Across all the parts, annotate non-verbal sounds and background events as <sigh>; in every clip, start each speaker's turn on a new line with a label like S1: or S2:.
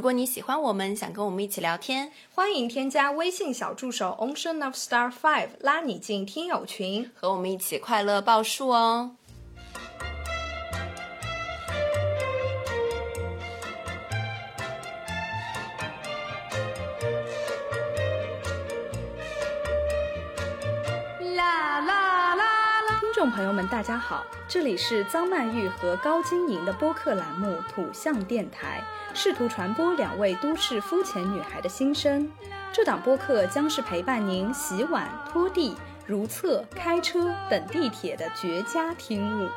S1: 如果你喜欢我们，想跟我们一起聊天，
S2: 欢迎添加微信小助手 Ocean of Star Five，拉你进听友群。
S1: 和我们一起快乐报数哦。
S2: 啦啦啦啦！听众朋友们，大家好，这里是张曼玉和高晶莹的播客栏目《土象电台》，试图传播两位都市肤浅女孩的心声。这档播客将是陪伴您洗碗、拖地、如厕、开车、等地铁的绝佳听物。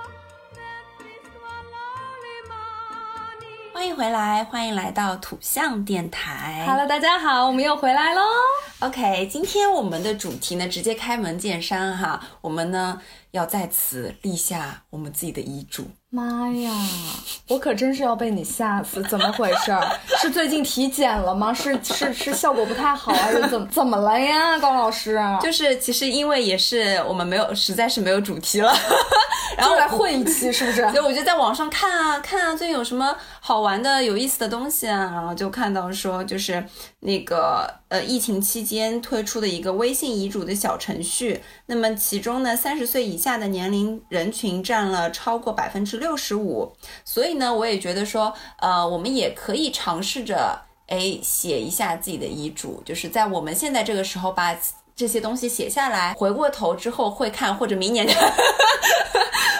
S1: 欢迎回来，欢迎来到土象电台。
S2: Hello，大家好，我们又回来喽。
S1: OK，今天我们的主题呢，直接开门见山哈，我们呢要在此立下我们自己的遗嘱。
S3: 妈呀，我可真是要被你吓死！怎么回事儿？
S1: <laughs>
S3: 是最近体检了吗？是是是效果不太
S1: <laughs>
S3: 好还是怎么怎么了呀，高老师？
S1: 就是其实因为也是我们没有，实在是没有主题 <laughs> 了，然后
S3: 就
S1: 我
S3: 来混一期是不是？
S1: 所以我就在网上看啊看啊，最近有什么好玩的、有意思的东西啊，然后就看到说，就是那个呃，疫情期间推出的一个微信遗嘱的小程序。那么其中呢，三十岁以下的年龄人群占了超过百分之六十五，所以呢，我也觉得说，呃，我们也可以尝试着哎写一下自己的遗嘱，就是在我们现在这个时候把。这些东西写下来，回过头之后会看，或者明年看，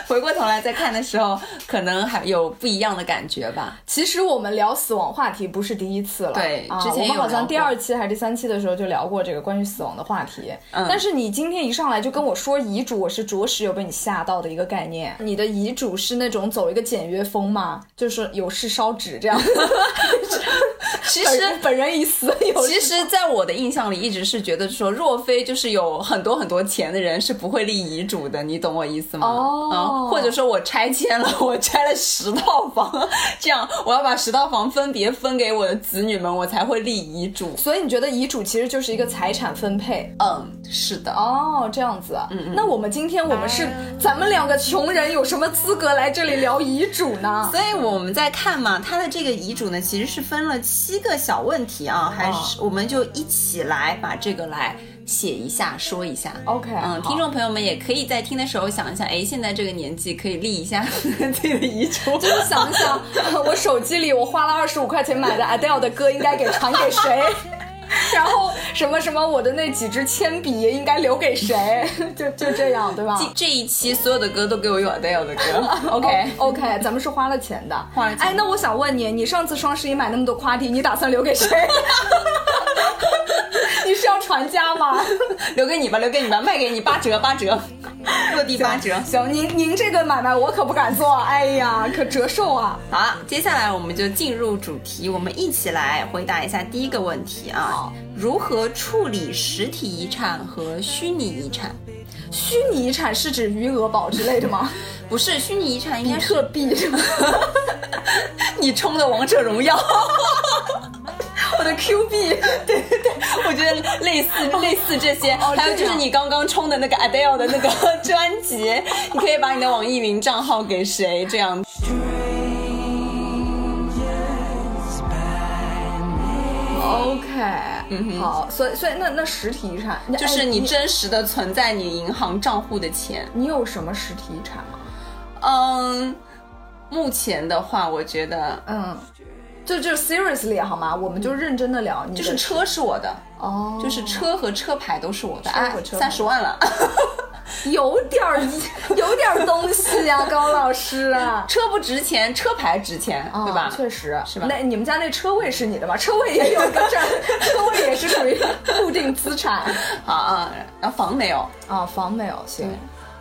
S1: 回过头来再看的时候，可能还有不一样的感觉吧。
S3: 其实我们聊死亡话题不是第一次了，
S1: 对
S3: 啊、
S1: 之前
S3: 我
S1: 有
S3: 们好
S1: 聊
S3: 像
S1: 过
S3: 第二期还是第三期的时候就聊过这个关于死亡的话题。
S1: 嗯
S3: 但是你今天一上来就跟我说遗嘱，我是着实有被你吓到的一个概念。你的遗嘱是那种走一个简约风吗？就是有事烧纸这样。
S1: 其
S3: 本
S1: 实
S3: 人。 <laughs> 本人已死，有事
S1: 其实，在我的印象里，一直是觉得说，若非就是有很多很多钱的人是不会立遗嘱的，你懂我意思吗？
S3: 哦
S1: 嗯，或者说我拆迁了，我拆了十套房，这样我要把十套房分别分给我的子女们，我才会立遗嘱。
S3: 所以你觉得遗嘱其实就是一个财产分配？
S1: 嗯，是的。
S3: 哦，这样子。嗯嗯。那我们今天我们是咱们两个穷人，有什么资格来这里聊遗嘱呢？
S1: 所以我们在看嘛，他的这个遗嘱呢，其实是分了七个小问题
S3: 哦
S1: 啊，还是我们就一起来把这个来写一下、说一下。
S3: OK，
S1: 嗯，
S3: 好
S1: 听众朋友们也可以在听的时候想一下，哎，现在这个年纪可以立一下 <laughs> 自己的遗
S3: <laughs>
S1: 嘱。
S3: 就是想一想，我手机里我花了二十五块钱买的 Adele 的歌应该给传给谁？ <laughs> 然后什么什么，我的那几支铅笔应该留给谁？ <laughs> 就就这样，对吧
S1: 这这一期所有的歌都给我用 Adele 的歌，OK。
S3: <laughs>
S1: <laughs>
S3: OK，咱们是花了钱的，
S1: 花了钱
S3: 哎，那我想问你，你上次双十一买那么多夸迪，你打算留给谁？ <laughs> 你是要传家吗？ <laughs>
S1: 留给你吧，留给你吧，卖给你八折，八折，落地八折。
S3: 行，您您这个买卖我可不敢做，哎呀，可折寿啊！
S1: 好，接下来我们就进入主题，我们一起来回答一下第一个问题啊
S3: 好：
S1: 如何处理实体遗产和虚拟遗产？
S3: 虚拟遗产是指余额宝之类的吗？ <laughs>
S1: 不是虚拟遗产，应
S3: 比
S1: 该是
S3: 特币什么？
S1: 你充的王者荣耀。 <laughs>
S3: 我的 Q 币，
S1: 我觉得类似类似这些，
S3: 哦
S1: 还有就
S3: 这
S1: 是
S3: 样
S1: 你刚刚充的那个 Adele 的那个专辑，你可以把你的网易云账号给谁这样子。
S3: <laughs> OK，、好，所以所以那那实体遗产，那
S1: 嗯就是
S3: 哎
S1: 你
S3: 你
S1: 真实的存在你银行账户的钱。
S3: 你有什么实体遗产吗？
S1: 嗯，目前的话，我觉得
S3: 嗯，就就 seriously 好吗？我们就认真的聊，你
S1: 就
S3: 的
S1: 是车是我的，
S3: 哦，
S1: 就是车和车牌都是我的，
S3: 车
S1: 哎
S3: 和，车牌
S1: 三十万了， <laughs>
S3: 有点儿有点儿东西 <laughs> 呀、高老师啊。
S1: 车不值钱，车牌值钱，
S3: 啊
S1: 对吧？
S3: 确实
S1: 是吧
S3: 那你们家那车位是你的吗？车位也有一个证儿， <laughs> 车位也是属于固定资产
S1: 好啊，然后房没有，
S3: 啊。房没有，行。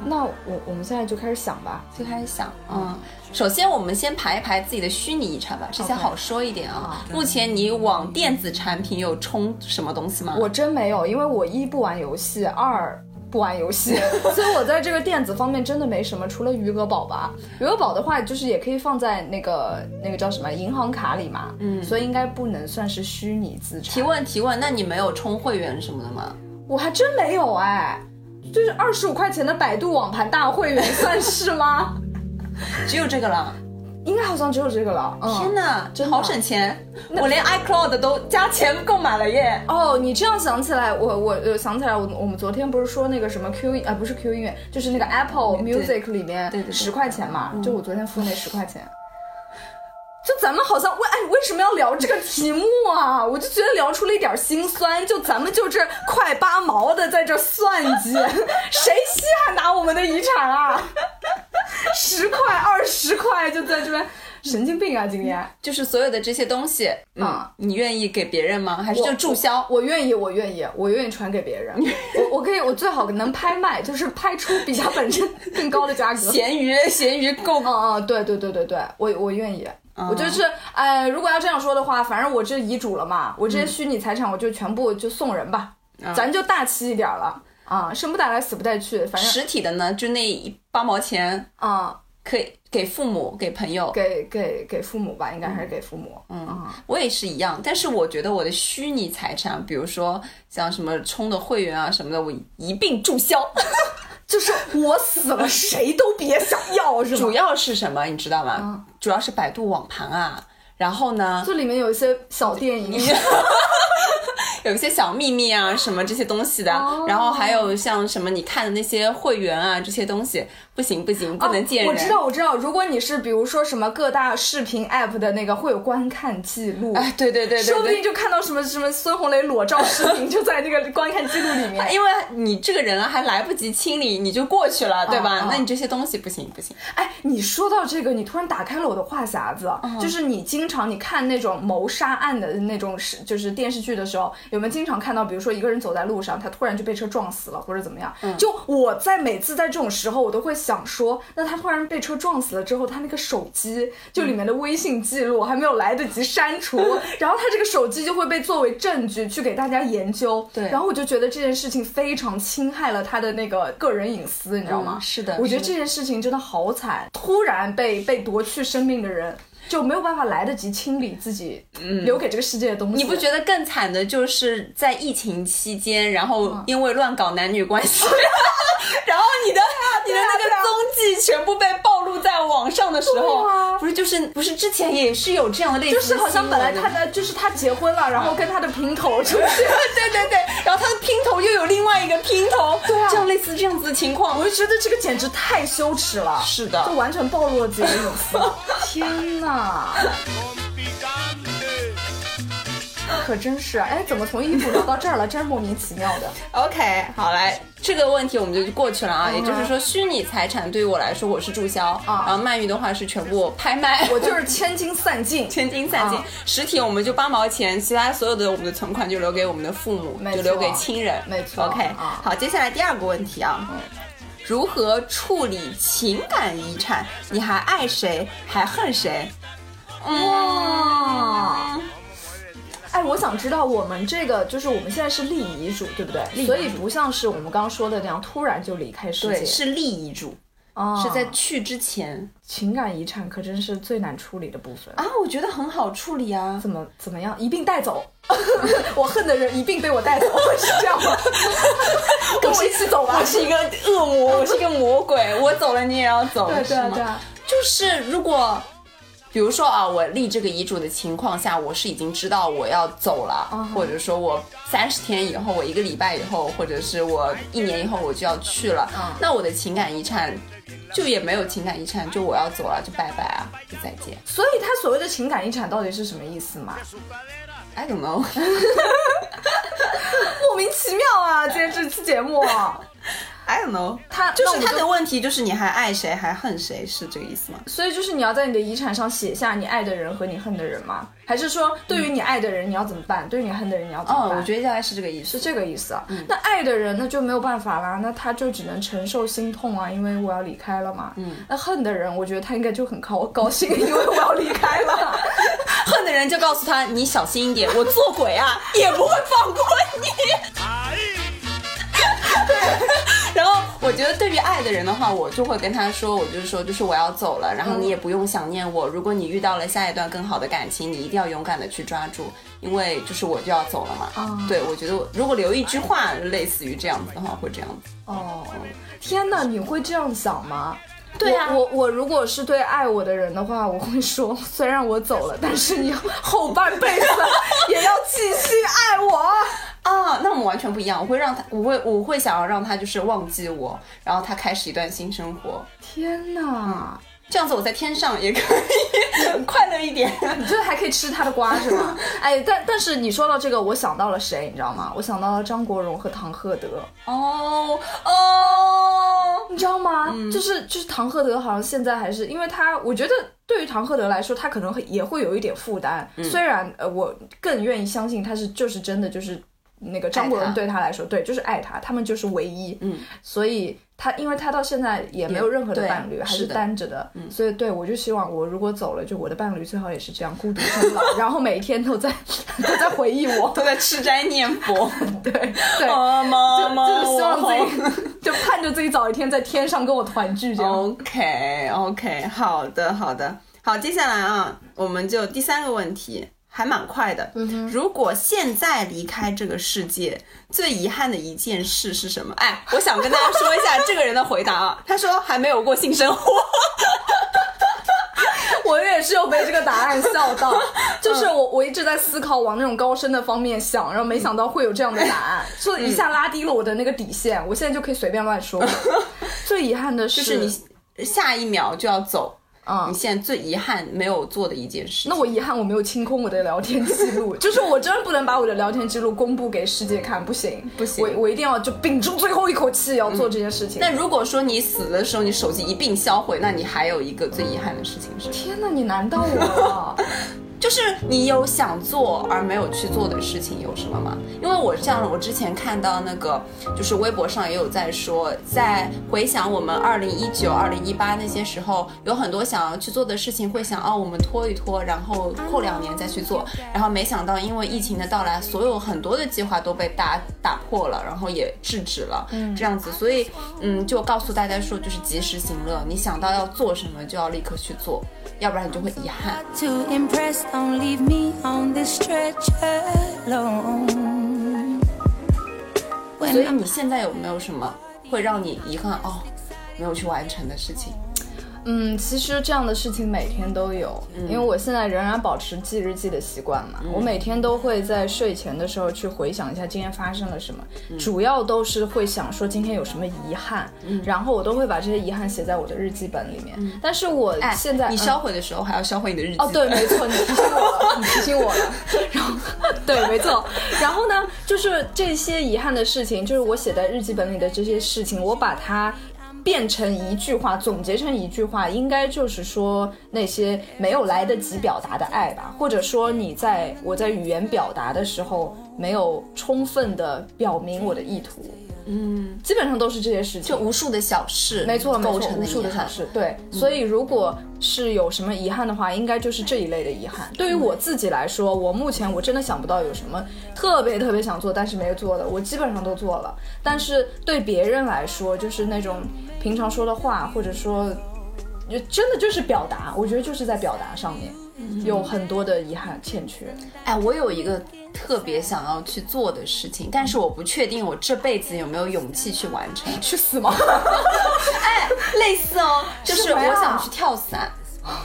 S3: 那我我们现在就开始想吧。
S1: 就开始想，
S3: 哦
S1: 嗯，首先我们先排一排自己的虚拟遗产吧，这些
S3: OK
S1: 好说一点啊。
S3: 哦
S1: 目前你往电子产品有充什么东西吗？
S3: 我真没有，因为我一不玩游戏，二不玩游 <laughs> 戏，所以我在这个电子方面真的没什么，除了余额宝吧。余额宝的话，就是也可以放在那个那个叫什么银行卡里嘛，嗯，所以应该不能算是虚拟资产。
S1: 提问提问，那你没有充会员什么的吗？
S3: 我还真没有哎，就是二 <laughs> 十五块钱的百度网盘大会员算是吗？
S1: 只有这个了。
S3: 应该好像只有这个了。嗯、
S1: 天哪，
S3: 真的
S1: 好省钱！我连 iCloud 都加钱购买了耶。
S3: 哦，你这样想起来，我我我想起来，我我们昨天不是说那个什么 Q 啊、不是 Q 音乐，就是那个 Apple
S1: 对
S3: Music 里面
S1: 对对嗯对
S3: 十块钱嘛，就我昨天付那十块钱。就咱们好像为哎，为什么要聊这个题目啊？我就觉得聊出了一点心酸。就咱们就这快八毛的在这算
S1: <laughs>
S3: 计，谁稀罕拿我们的遗产啊？十块二十块就在这边，神经病啊！今天
S1: 就是所有的这些东西，嗯
S3: 啊，
S1: 你愿意给别人吗？还是
S3: 我
S1: 就注销？
S3: 我愿意，我愿意，我愿意传给别 <laughs> 人。我我可以，我最好能拍卖，就是拍出比它本身更高的价格。 <laughs>
S1: 闲鱼， <laughs> 闲鱼购
S3: 嗯嗯，对对对对对，我我愿意。我就是，哎，如果要这样说的话，反正我这遗嘱了嘛，我这些虚拟财产我就全部就送人吧，咱就大气一点了啊，生不带来死不带去，反正
S1: 实体的呢，就那一八毛钱
S3: 啊，
S1: 可以给父母、给朋友。
S3: 给给给父母吧，应该还是给父母。嗯，
S1: 我也是一样，但是我觉得我的虚拟财产，比如说像什么充的会员啊什么的，我一并注销。
S3: 就是我死了，谁都别想要，是吗？嗯
S1: 主要是什么，你知道吗？主要是百度网盘啊，然后呢，
S3: 就里面有一些小电影，
S1: 有一些小秘密啊什么这些东西的，
S3: 哦
S1: 然后还有像什么你看的那些会员啊这些东西，不行不行，不能见人。
S3: 哦我知道，我知道。如果你是比如说什么各大视频 app 的那个，会有观看记录，
S1: 哎，对对对对对，
S3: 说不定就看到什么什么孙红雷裸照视频，就在那个观看记录里面。
S1: 因为你这个人啊还来不及清理，你就过去了，对吧？
S3: 嗯
S1: 那你这些东西不行不行，
S3: 哎，你说到这个，你突然打开了我的话匣子。
S1: 嗯
S3: 就是你经常你看那种谋杀案的那种是就是电视剧的时候，有没有经常看到，比如说一个人走在路上，他突然就被车撞死了，或者怎么样？
S1: 嗯
S3: 就我在每次在这种时候，我都会想说，那他突然被车撞死了之后，他那个手机就
S1: 嗯
S3: 里面的微信记录还没有来得及
S1: <laughs>
S3: 删除，然后他这个手机就会被作为证据去给大家研究。
S1: 对
S3: 然后我就觉得这件事情非常侵害了他的那个个人隐私，你知道吗？
S1: 嗯是的
S3: 我觉
S1: 是
S3: 得
S1: 的
S3: 这。这件事情真的好惨，突然被被夺去生命的人就没有办法来得及清理自己留给这个世界的东西。
S1: 你不觉得更惨的就是在疫情期间，然
S3: 嗯
S1: 后因为乱搞男女关系，
S3: 哦
S1: <laughs> 然后你的
S3: 啊
S1: 你的那个踪迹全部被暴露在网上的时候，
S3: 对啊
S1: 不是就是不是之前也是有这样的类似
S3: 就
S1: 的
S3: 是
S1: 新闻
S3: 好
S1: 的，
S3: 像本来他的嗯就是他结婚了，然后跟他的平头出去， <laughs>
S1: 对对对，然后他的姘头又有另外一个姘头，
S3: 对啊
S1: 这样类似这样子的情况，
S3: 我就觉得这个简直太羞耻了，
S1: 是的
S3: 就完全暴露了自己的隐 <laughs> 私。天哪，
S4: Complicante.
S3: 可真是哎，怎么从衣服聊到这儿了？真是莫名其妙的。
S1: OK，好来，这个问题我们就过去了啊。也就是说，虚拟财产对于我来说，我是注销，
S3: 啊
S1: 然后鳗鱼的话是全部拍卖，
S3: <laughs> <laughs> 我就是千金散尽，
S1: <laughs> 千金散尽
S3: 啊。
S1: 实体我们就八毛钱，其他所有的我们的存款就留给我们的父母
S3: 没，错
S1: 就留给亲人。
S3: 没错
S1: OK，
S3: 啊
S1: 好，接下来第二个问题啊。如何处理情感遗产？你还爱谁？还恨谁？嗯
S3: 哇！哎，我想知道我们这个就是我们现在是立遗嘱，对不对？所以不像是我们刚刚说的那样突然就离开世界，
S1: 对，是立遗嘱，
S3: 啊，
S1: 是在去之前
S3: 情感遗产可真是最难处理的部分。
S1: 啊。我觉得很好处理啊。
S3: 怎么怎么样一并带 <laughs> 走？我恨的人一并被我带走，是这样吗？ <laughs> 跟我一起走吧
S1: 我。是一个恶魔，
S3: <laughs>
S1: 我是一个魔鬼，我走了你也要走，
S3: 对对
S1: 是吗
S3: 对啊，
S1: 就是如果。比如说啊，我立这个遗嘱的情况下，我是已经知道我要走了
S3: 嗯
S1: 或者说我三十天以后，我一个礼拜以后，或者是我一年以后我就要去了
S3: 嗯
S1: 那我的情感遗产就也没有情感遗产，就我要走了，就拜拜啊，就再见。
S3: 所以他所谓的情感遗产到底是什么意思嘛？
S1: I don't know
S3: <laughs>
S1: <laughs>
S3: 莫名其妙啊！今天这期节 <laughs> 目，
S1: I don't
S3: <laughs>
S1: know，
S3: 他
S1: 就
S3: 那我
S1: 是
S3: 们
S1: 他的问题，就是你还爱谁，还恨谁，是这个意思吗？
S3: 所以就是你要在你的遗产上写下你爱的人和你恨的人吗？还是说对于你爱的人你要怎么办？对于你恨的人你要怎么
S1: 哦，
S3: 办？
S1: 我觉得嗯大概是这个意思
S3: 是。这个意思啊。那爱的人那就没有办法啦，那他就只能承受心痛啊，因为我要离开了嘛。嗯。那恨的人，我觉得他应该就很高高兴，因为我要离开
S1: <laughs>
S3: 了。
S1: 恨的人就告诉他：“你小心一点，我做鬼啊， <laughs> 也不会放过你。 <laughs>
S4: Ahí. ”
S1: 然后我觉得对于爱的人的话，我就会跟他说，我就是说，就是我要走了，然后你也不用想念我。如果你遇到了下一段更好的感情，你一定要勇敢的去抓住，因为就是我就要走了嘛。对，我觉得我如果留一句话类似于这样子的话，会这样子。
S3: 哦，天哪，你会这样想吗？
S1: 对啊
S3: 我我我如果是对爱我的人的话，我会说，虽然我走了，但是你后半辈
S1: <laughs>
S3: 子也要继续爱我。
S1: 啊，那我们完全不一样。我会让他，我会我会想要让他就是忘记我，然后他开始一段新生活。
S3: 天哪，
S1: 这样子我在天上也可以快乐一
S3: <laughs>
S1: 点。
S3: 你这还可以吃他的瓜是吗？哎，但但是你说到这个，我想到了谁，你知道吗？我想到了张国荣和唐鹤德，
S1: 哦哦，
S3: 你知道吗？就是就是唐鹤德好像现在还是，因为他我觉得对于唐鹤德来说，他可能会也会有一点负担。
S1: 嗯
S3: 虽然呃，我更愿意相信他是就是真的就是那个张国
S1: 爱
S3: 荣
S1: 他
S3: 对他来说，对，就是爱他，他们就是唯一。
S1: 嗯，
S3: 所以他因为他到现在也没有任何的
S1: 对
S3: 伴侣，还
S1: 是的嗯
S3: 单着的，所以对我就希望我如果走了，就我的伴侣最好也是这样孤独终老，然后每天都在 <laughs> 都在回忆我。
S1: 都在吃斋念佛。
S3: <laughs> 对对。
S1: 啊
S3: 就
S1: 妈妈，哦
S3: 就希望
S1: 我好
S3: 自己，就盼着自己早一天在天上跟我团聚，这样。
S1: OK OK，好的好的，好，接下来啊，我们就第三个问题，还蛮快的。
S3: 嗯
S1: 如果现在离开这个世界，最遗憾的一件事是什么？哎，我想跟大家说一下这个人的回答啊，他说还没有过性生活，
S3: <laughs> 我也是有被这个答案笑到，
S1: <laughs>
S3: 就是
S1: 嗯
S3: 我我一直在思考往那种高深的方面想，然后没想到会有这样的答案，
S1: 嗯
S3: 所以一下拉低了我的那个底线，我现在就可以随便乱说。
S1: <laughs>
S3: 最遗憾的是，
S1: 就是你下一秒就要走。
S3: 嗯
S1: 你现在最遗憾没有做的一件事，
S3: 那我遗憾我没有清空我的聊天记录，就是我真的不能把我的聊天记录公布给世界看，不行
S1: 不行嗯
S3: 我我一定要就屏住最后一口气要做这件事情。
S1: 那如果说你死的时候你手机一并销毁，那你还有一个最遗憾的事情是什么？
S3: 天哪，你难到我了。
S1: 就是你有想做而没有去做的事情有什么吗？因为我像我之前看到那个，就是微博上也有在说，在回想我们二零一九、二零一八那些时候，有很多想要去做的事情，会想哦，我们拖一拖，然后后两年再去做。然后没想到因为疫情的到来，所有很多的计划都被打打破了，然后也制止了，这样子。所以，嗯，就告诉大家说，就是及时行乐，你想到要做什么就要立刻去做，要不然你就会遗憾。
S5: to impress. Don't leave me on this stretcher alone.
S1: 所
S5: When
S1: 以你现在有没有什么会让你遗憾哦，没有去完成的事情？
S3: 嗯，其实这样的事情每天都有，
S1: 嗯
S3: 因为我现在仍然保持记日记的习惯嘛。我每天都会在睡前的时候去回想一下今天发生了什么，
S1: 嗯
S3: 主要都是会想说今天有什么遗憾，
S1: 嗯
S3: 然后我都会把这些遗憾写在我的日记本里面。但是我
S1: 哎，
S3: 现在、
S1: 你
S3: 嗯
S1: 销毁的时候还要销毁你的日记
S3: 哦，对，没错，你提醒我了，你提醒我了。然后，对，没错。然后呢，就是这些遗憾的事情，就是我写在日记本里的这些事情，我把它。变成一句话，总结成一句话，应该就是说那些没有来得及表达的爱吧，或者说你在我在语言表达的时候没有充分的表明我的意图，嗯，基本上都是这些事情，
S1: 就无数的小事，
S3: 没错，没
S1: 构
S3: 错，
S1: 成
S3: 无
S1: 的
S3: 数
S1: 遗
S3: 的小
S1: 憾。
S3: 事。对，所以如果是有什么遗憾的话，应该就是这一类的遗憾。
S1: 嗯
S3: 对于我自己来说，我目前我真的想不到有什么特别特别想做但是没有做的，我基本上都做了。但是对别人来说，就是那种平常说的话，或者说，就真的就是表达，我觉得就是在表达上面。
S1: 嗯
S3: 有很多的遗憾欠缺， <laughs>
S1: 哎，我有一个特别想要去做的事情，但是我不确定我这辈子有没有勇气去完成。
S3: 去死吗？ <laughs>
S1: 哎类似哦，就是
S3: 什
S1: 我
S3: 么呀
S1: 想去跳伞，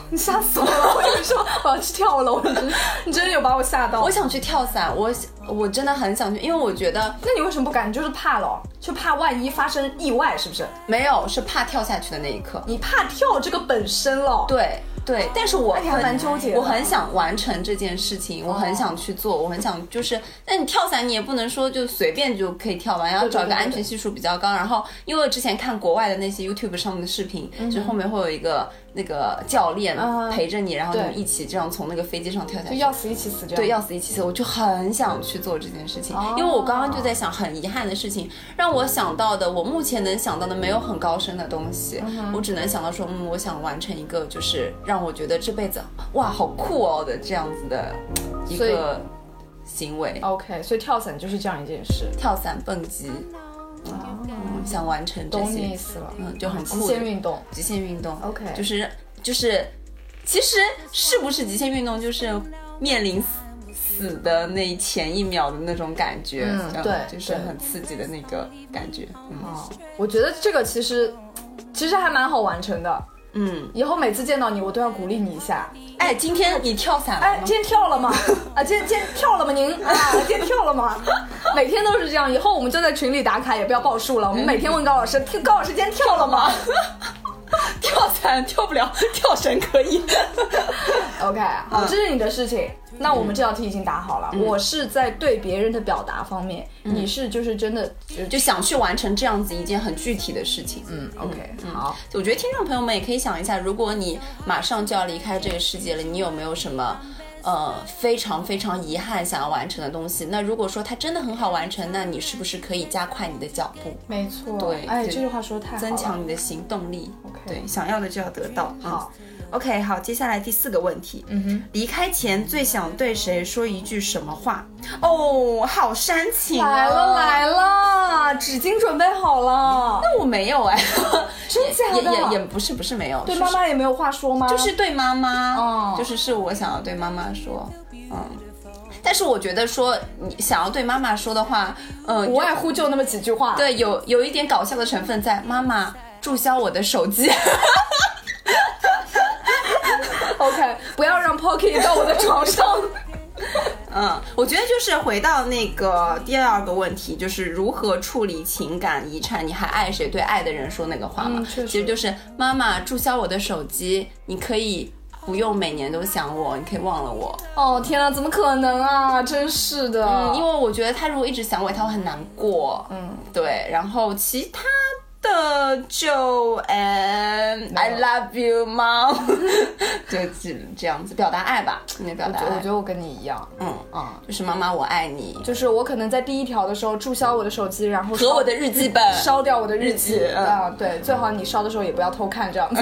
S3: 你吓死我了！我以为说我要去跳楼，你真你真的有把我吓到。
S1: 我想去跳伞，我我真的很想去，因为我觉得
S3: 那你为什么不敢？你就是怕了，就怕万一发生意外，是不是？
S1: 没有是怕跳下去的那一刻。
S3: 你怕跳这个本身了。，
S1: 对对，但是我
S3: 哎呀
S1: 很
S3: 蛮纠结的
S1: 我很想完成这件事情，我
S3: 哦
S1: 很想去做，我很想就是，那你跳伞你也不能说就随便就可以跳完，要
S3: 对对
S1: 找一个
S3: 对
S1: 安
S3: 对
S1: 全系数比较高。然后，因为我之前看国外的那些 YouTube 上面的视频，
S3: 嗯
S1: 就后面会有一个那个教练
S3: 啊
S1: 陪着你，然后你们
S3: 对
S1: 一起这样从那个飞机上跳下
S3: 就
S1: 去。
S3: 要死一起死这样。
S1: 对，要死一起死，我就很想去做这件事情，
S3: 哦
S1: 因为我刚刚就在想，很遗憾的事情，让我想到的，我目前能想到的没有很高深的东西，我只能想到说，嗯，我想完成一个，就是让我觉得这辈子哇，好酷哦的这样子的一
S3: 所以
S1: 个行为，
S3: OK，所以跳伞就是这样一件事。
S1: 跳伞、蹦极，嗯，想完成这
S3: 哦懂你意
S1: 些，
S3: 思了，
S1: 嗯，就很
S3: 极
S1: 酷的
S3: 限运动。
S1: 极限运动
S3: OK
S1: 就是就是，其实是不是极限运动就是面临死死的那前一秒的那种感觉，
S3: 嗯
S1: 这样
S3: 对
S1: 就是很刺激的那个感觉，嗯，
S3: 哦，我觉得这个其实其实还蛮好完成的。
S1: 嗯，
S3: 以后每次见到你，我都要鼓励你一下。
S1: 哎，今天你跳伞了
S3: 哎，
S1: 吗？
S3: 今天跳了吗？啊，今天今天跳了吗？您啊，今天跳了吗？每天都是这样，以后我们就在群里打卡，也不要报数了。我们每天问高老师，跳高老师今天跳了吗
S1: <laughs> 跳伞跳不了，跳绳可以。
S3: ？OK，好，
S1: 嗯
S3: 这是你的事情。那我们这道题已经答好了。我是在对别人的表达方面，你是就是真的就
S1: <laughs> 嗯就想去完成这样子一件很具体的事情。
S3: 嗯 OK 好。
S1: 我觉得听众朋友们也可以想一下，如果你马上就要离开这个世界了，你有没有什么？呃，非常非常遗憾想要完成的东西。那如果说它真的很好完成，那你是不是可以加快你的脚步，
S3: 没错，
S1: 对
S3: 哎，
S1: 就
S3: 这句话说得太好了
S1: 增强你的行动力
S3: OK
S1: 对，想要的就要得到。嗯
S3: 好
S1: ，OK，好，接下来第四个问题，嗯
S3: 哼，
S1: 离开前最想对谁说一句什么话？哦，好煽情、啊，
S3: 来了来了，纸巾准备好了。
S1: <laughs> 那我没有哎，
S3: 真假
S1: 也
S3: 的
S1: 也也不是不是没有，
S3: 对
S1: 是
S3: 妈妈也没有话说吗？
S1: 就是对妈妈，
S3: 哦
S1: 就是是我想要对妈妈说，嗯。但是我觉得说你想要对妈妈说的话，嗯、
S3: 无外乎就那么几句话。，
S1: 对有有一点搞笑的成分在。妈妈注销我的手机， <laughs>
S3: OK，不要让 Pocky 到我的
S1: <laughs>
S3: 床上。
S1: 嗯，我觉得就是回到那个第二个问题，就是如何处理情感遗产，你还爱谁？对爱的人说那个话嘛，
S3: 嗯确实
S1: 其实就是妈妈注销我的手机，你可以不用每年都想我，你可以忘了我。
S3: 哦天啊，怎么可能啊！真是的，
S1: 嗯，因为我觉得他如果一直想我，他会很难过。嗯，对。然后其他的就嗯，I love you, mom，就这这样子表达爱吧，你表
S3: 我
S1: 达
S3: 觉得我
S1: 爱
S3: 觉。得我跟你一样，
S1: 嗯，
S3: 啊、
S1: 就是妈妈，我爱你。
S3: 就是我可能在第一条的时候注销我的手机，然后
S1: 和
S3: 烧
S1: 我的日记本
S3: 烧掉我的日记
S1: 呃日记嗯
S3: 啊，对，最好你烧的时候也不要偷看这
S1: <laughs>
S3: 样子。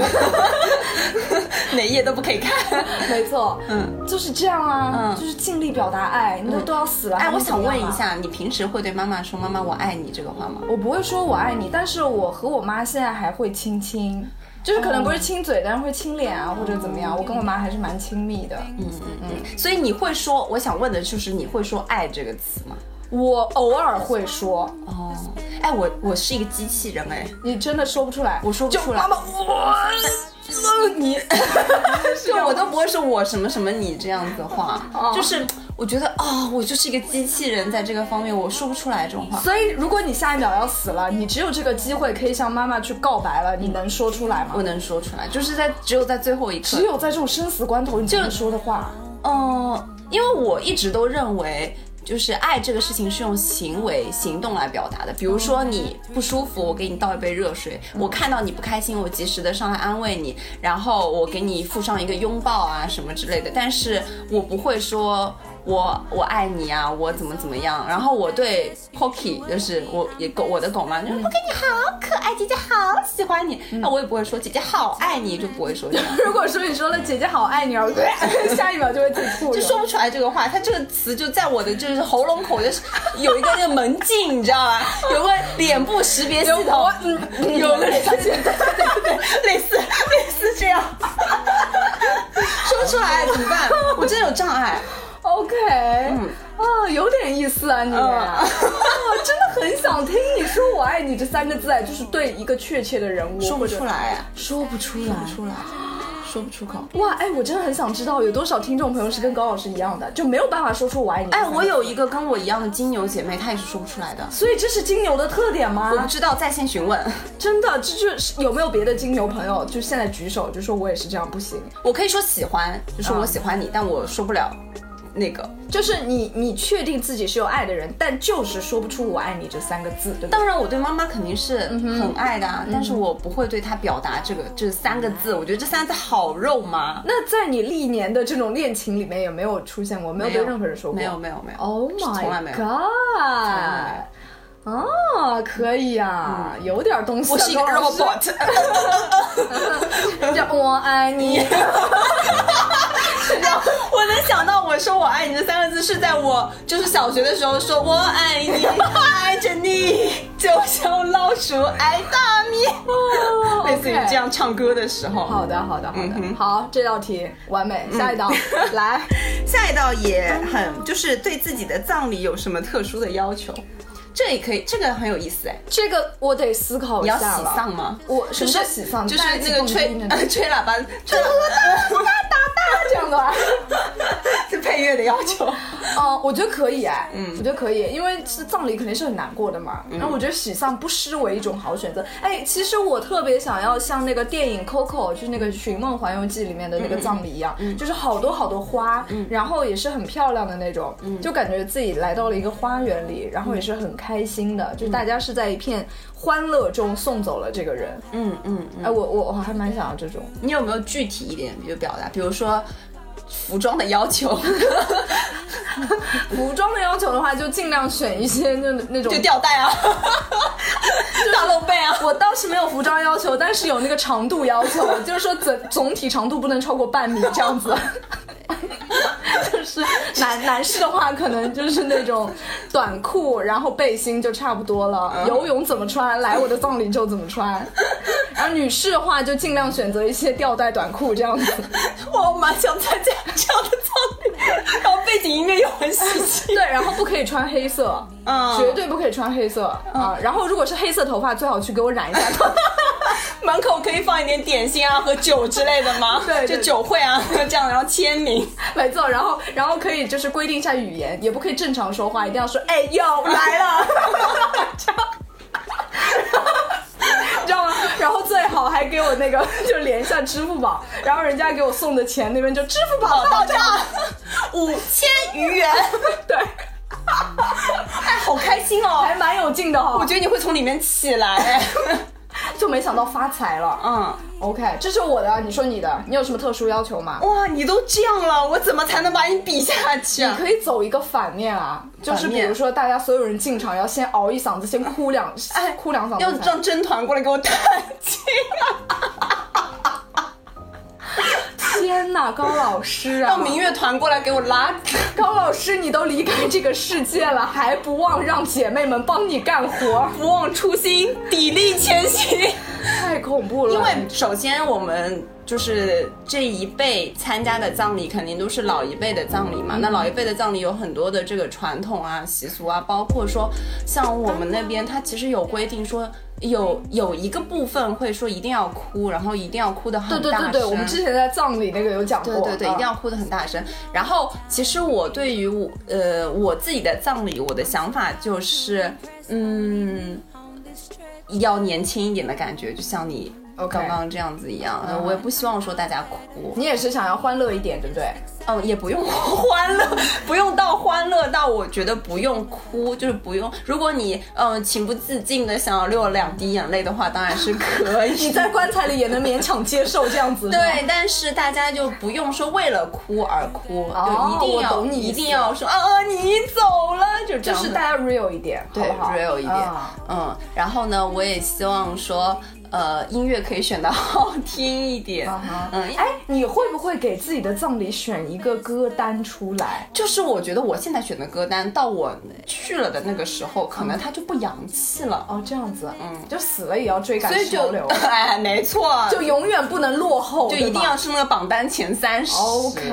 S1: 哪一页都不可 <laughs> 以看。
S3: 没错，嗯，就是这样啊，
S1: 嗯
S3: 就是尽力表达爱，你都都要死了。
S1: 哎，
S3: 还
S1: 我
S3: 能
S1: 想问
S3: 怎么样
S1: 一
S3: 啊。
S1: 下，你平时会对妈妈说“妈妈，我爱你”这个话吗？
S3: 我不会说我爱你，但是我和我妈现在还会亲亲，就是可能不是亲嘴，但是会亲脸
S1: 嗯
S3: 啊，或者怎么样。我跟我妈还是蛮亲密的。
S1: 所以你会说，我想问的就是你会说“爱”这个词吗？
S3: 我偶尔会说，
S1: 哦，哎，我我是一个机器人哎，
S3: 你真的说不出来，
S1: 我说不出来
S3: 就妈妈，我呃你，
S1: 就我都不会说我什么什么你这样子的话，就是我觉得啊、我就是一个机器人，在这个方面我说不出来这种话。
S3: 所以如果你下一秒要死了，你只有这个机会可以向妈妈去告白了，你能说出来吗
S1: 我？能说出来，就是在只有在最后一刻，
S3: 只有在这种生死关头，你才能说的话。
S1: 嗯、因为我一直都认为，就是爱这个事情是用行为、行动来表达的。比如说你不舒服，我给你倒一杯热水；我看到你不开心，我及时的上来安慰你，然后我给你附上一个拥抱啊什么之类的。但是我不会说。我我爱你啊，我怎么怎么样？然后我对 Pocky 就是我也狗我的狗嘛，就是 Pocky 你好可爱，姐姐好喜欢你。那、我也不会说姐姐好爱你，就不会说这样。
S3: 如果说你说了“姐姐好爱 <laughs> 你”，然后下一秒就会自己吐了。
S1: 就说不出来这个话，它这个词就在我的就是喉咙口，就是有一个那个门禁，你知道吧？有个脸部识别系统，嗯，有类似，对对对，类似类似这样，说不出来怎么办？我真的有障碍，
S3: OK，啊，有点意思啊你，啊，真的很想听你说“我爱你”这三个字啊，就是对一个确切的人物
S1: 说不出，来呀，
S3: 说不出来，说不出来。
S1: 说不出口。
S3: 哇，哎，我真的很想知道有多少听众朋友是跟高老师一样的，就没有办法说出“我爱你”。
S1: 哎，我，有一个跟我一样的金牛姐妹，她也是说不出来的。
S3: 所以这是金牛的特点
S1: 我不
S3: 吗？
S1: 知道，在线询问。
S3: 真的，这就是有没有别的金牛朋友，就现在举手，就说我也是这样，不行。
S1: 我可以说喜欢，就是我喜欢你，但我说不了那个。
S3: 就是你，你确定自己是有爱的人，但就是说不出“我爱你”这三个字，对不对？
S1: 当然，我对妈妈肯定是很爱的啊，但是我不会对她表达这个这三个字。我觉得这三个字好肉麻，
S3: 那在你历年的这种恋情里面，有没有出现过？没有对任何人说过？
S1: 没有，没有，没有。
S3: Oh
S1: 从来没
S3: my
S1: 有
S3: god！啊，可以啊，有点东西啊。
S1: 我是一个
S3: 高老师
S1: robot， <laughs>
S3: 叫我爱你。
S1: 我能想到我说我爱你这三个字是在我就是小学的时候说我爱你，爱着你，就像老鼠爱大米， <laughs> 类似于这样唱歌的时候。
S3: 好的，好的，好
S1: 嗯
S3: 的，
S1: 哼
S3: 好，这道题完美。下一道 <laughs> 来，
S1: 下一道也很就是对自己的葬礼有什么特殊的要求？这也可以，这个很有意思哎。
S3: 这个我得思考一
S1: 你要
S3: 下
S1: 喜
S3: 了。
S1: 丧吗？
S3: 我
S1: 就
S3: 什么
S1: 是
S3: 叫喜丧？
S1: 就是
S3: 大家一起
S1: 那个
S3: 蹦迪 <laughs>
S1: 吹
S3: 那种
S1: 呃 <laughs> 吹喇叭，吹喇 <laughs>
S3: 这样的吧？
S1: 叭配乐的要求。
S3: <laughs> 哦，我觉得可以哎，
S1: 嗯
S3: 我觉得可以，因为是葬礼肯定是很难过的嘛。然后我觉得喜丧不失为一种好选择。哎，其实我特别想要像那个电影《Coco》，就是那个《寻梦环游记》里面的
S1: 嗯
S3: 那个葬礼一样，就是好多好多花，然后也是很漂亮的那种，
S1: 嗯
S3: 就感觉自己来到了一个花园里，然后也是很开心
S1: 嗯
S3: 的，就大家是在一片欢乐中送走了这个人。
S1: <laughs> 嗯嗯，
S3: 哎，我我我还蛮想要这种。
S1: 你有没有具体一点就表达？比如说服装的要求， <laughs>
S3: 服装的要求的话，就尽量选一些那那种
S1: 就吊带啊， <laughs> 大露背啊。
S3: 我倒是没有服装要求，但是有那个长度要求， <laughs> 就是说总总体长度不能超过半米这样子。 <laughs> 就是男男士的话，可能就是那种短裤，然后背心就差不多了。
S1: 嗯
S3: 游泳怎么穿，来我的葬礼就怎么穿。然后女士的话，就尽量选择一些吊带短裤这样子。
S1: 我蛮想参加这样的葬礼，然后背景音乐又很喜庆。
S3: 对，然后不可以穿黑色，
S1: <laughs> 嗯
S3: 绝对不可以穿黑色、啊。然后如果是黑色头发，最好去给我染一下头发。
S1: <laughs> 门口可以放一点点心啊和酒之类的 <laughs> 吗？
S3: 对对
S1: 就酒会啊这样，然后签名。
S3: 没错，然后然后可以就是规定一下语言，也不可以正常说话，一定要说哎哟来了， <laughs> 你知道吗？然后最好还给我那个就连一下支付宝，然后人家给我送的钱那边就支付宝到
S1: 到
S3: 账，
S1: 账哦 <laughs> 五千余元，
S3: 对，
S1: 哎，好开心哦！
S3: 还蛮有劲的哈、
S1: <laughs> 我觉得你会从里面起来，哎
S3: 就没想到发财
S1: <laughs>
S3: 了。
S1: 嗯，
S3: OK，这是我的，你说你的，你有什么特殊要求吗？
S1: 哇，你都这样了，我怎么才能把你比下去
S3: 你
S1: 啊？
S3: 可以走一个反面啊，就是
S1: 反
S3: 比
S1: 面
S3: 如说大家所有人进场要先嗷一嗓子，先哭两，
S1: 哎
S3: 哭两嗓子才
S1: 要
S3: 行，
S1: 让真团过来给我探亲啊！
S3: 天呐，高老师啊！
S1: 让民乐团过来给我拉，
S3: 高老师，你都离开这个世界了，还不忘让姐妹们帮你干活，
S1: 不忘初心，砥砺前行。
S3: 太恐怖了。
S1: 因为首先我们就是这一辈参加的葬礼，肯定都是老一辈的葬礼嘛。那老一辈的葬礼有很多的这个传统啊、习俗啊，包括说像我们那边，它其实有规定说。有有一个部分会说一定要哭，然后一定要哭的
S3: 对
S1: 很
S3: 对
S1: 大
S3: 对
S1: 声。
S3: 对，我们之前在葬礼那个有讲过，
S1: 对对对，
S3: 啊
S1: 一定要哭得很大声。然后，其实我对于我呃我自己的葬礼，我的想法就是，嗯，要年轻一点的感觉，就像你
S3: OK 嗯
S1: 刚刚这样子一样。呃我也不希望说大家哭，
S3: 你也是想要欢乐一点，对不对？
S1: 嗯，也不用欢乐， <laughs> 不用到欢乐到我觉得不用哭，就是不用。如果你嗯、呃情不自禁的想要流两滴眼泪的话，当然是可以。
S3: 你在棺材里也能勉强接受这样子，是吗
S1: 对，但是大家就不用说为了哭而哭，
S3: 哦
S1: 就一定
S3: 我
S1: 要
S3: 懂你意
S1: 一
S3: 思
S1: 定要说啊，你走了，就这
S3: 就
S1: 样
S3: 是
S1: 子
S3: 大家 real 一点，
S1: 对
S3: 好不好
S1: real 一点、
S3: 啊
S1: 嗯，然后呢，我也希望说，呃，音乐可以选的好听一点
S3: 哈
S1: 嗯，哎，
S3: 哎，你会不会给自己的葬礼选一个歌单出来？
S1: 就是我觉得我现在选的歌单，到我去了的那个时候，可能它就不洋气了，
S3: 哦，这样子，嗯，就死了也要追赶
S1: 所以
S3: 潮
S1: 就，
S3: 流
S1: <laughs> 哎，没错，
S3: <laughs> 就永远不能落后，
S1: 就
S3: 对
S1: 一定
S3: 吧
S1: 要是那个榜单前三十。
S3: OK，、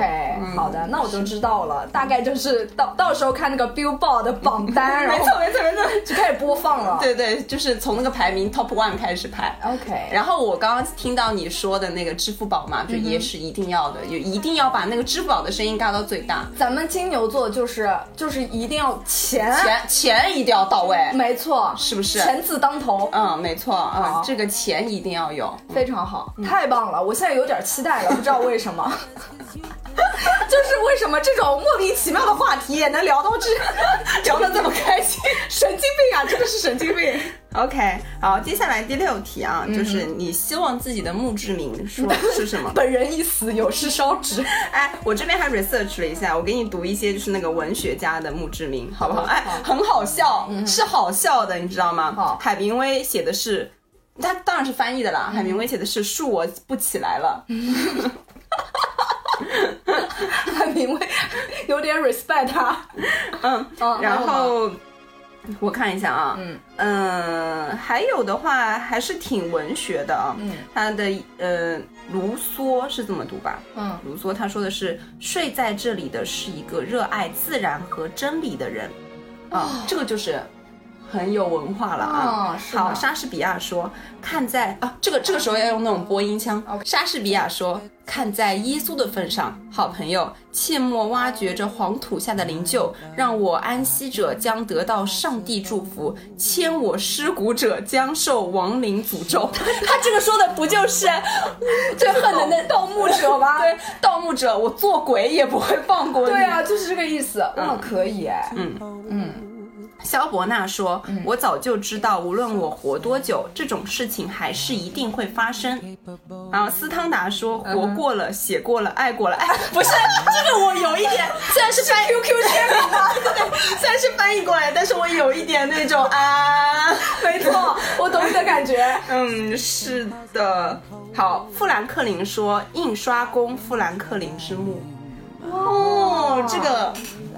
S3: 好
S1: 嗯
S3: 的，那我就知道了，大概就是到到时候看那个 Billboard 的榜单，然
S1: <laughs> 没
S3: 后
S1: 错，没错，没错。
S3: 就开始播放了。
S1: 对对，就是从那个排名 top one 开始排。
S3: ，OK，
S1: 然后我刚刚听到你说的那个支付宝嘛，就也是一定要的，就一定要把那个支付宝的声音嘎到最大，
S3: 咱们金牛座就是就是一定要钱，
S1: 钱钱一定要到位。
S3: 没错，
S1: 是不是
S3: 钱字当头？
S1: 嗯，没错啊
S3: 好，
S1: 这个钱一定要有。
S3: 非常好，
S1: 嗯
S3: 太棒了！我现在有点期待了，不知道为什么，
S1: <laughs>
S3: <laughs> 就是为什么这种莫名其妙的话题也能聊到这， <laughs> 聊得这么开心，神经病啊！真的是神经病。
S1: OK，好，接下来第六题啊，就是你希望自己的墓志铭 <laughs> 说是什么？
S3: 本人一死，有事烧纸。 <laughs>
S1: 哎，我这边还 research 了一下，我给你读一些就是那个文学家的墓志铭，好不好？嗯
S3: 好
S1: 哎，很好笑，是好笑的，你知道吗？
S3: 好
S1: 海明威写的是，嗯他当然是翻译的啦。海明威写的是“恕我不起来了
S3: 海明威有点 respect 他。”，
S1: 嗯，
S3: <laughs> 嗯
S1: 然
S3: 还有吗
S1: 后我看一下啊，嗯还有的话还是挺文学的啊，
S3: 嗯
S1: 他的呃卢梭是这么读吧？
S3: 嗯
S1: 卢梭他说的是睡在这里的是一个热爱自然和真理的人，啊，这个就是很有文化了啊！
S3: 哦是的
S1: 好，莎士比亚说：“看在啊，这个这个时候要用那种播音腔。莎士比亚说：“看在耶稣的份上，好朋友，切莫挖掘这黄土下的灵柩，让我安息者将得到上帝祝福，牵我尸骨者将受亡灵诅
S3: <laughs>
S1: 咒。”他这个说的不就是最恨的那盗墓 <laughs> 者吗？对，盗墓者，我做鬼也不会放过你。
S3: 对啊，就是这个意思。
S1: 嗯
S3: 哇，可以哎，
S1: 萧伯纳说：“
S3: 嗯
S1: 我早就知道，无论我活多久，这种事情还是一定会发生。”然后斯汤达说：“
S3: 嗯
S1: 活过了，写过了，爱过了。”哎，不是 <laughs> 这个，我有一
S3: <laughs>
S1: 点，虽然是翻 QQ 签名吗？ <laughs> 对，虽然是翻译过来，但是我有一点那种啊， <laughs>
S3: 没错，我懂你的感觉。
S1: 嗯，是的。好，富兰克林说：“印刷工富兰克林之墓。”哦，这个